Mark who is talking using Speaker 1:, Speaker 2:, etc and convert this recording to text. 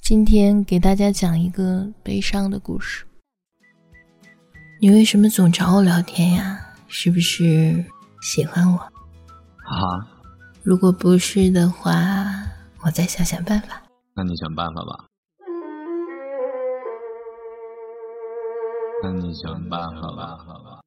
Speaker 1: 今天给大家讲一个悲伤的故事。你为什么总找我聊天呀？是不是喜欢我？
Speaker 2: 啊，
Speaker 1: 如果不是的话，我再想想办法。
Speaker 2: 那你想办法吧。那你想办法吧。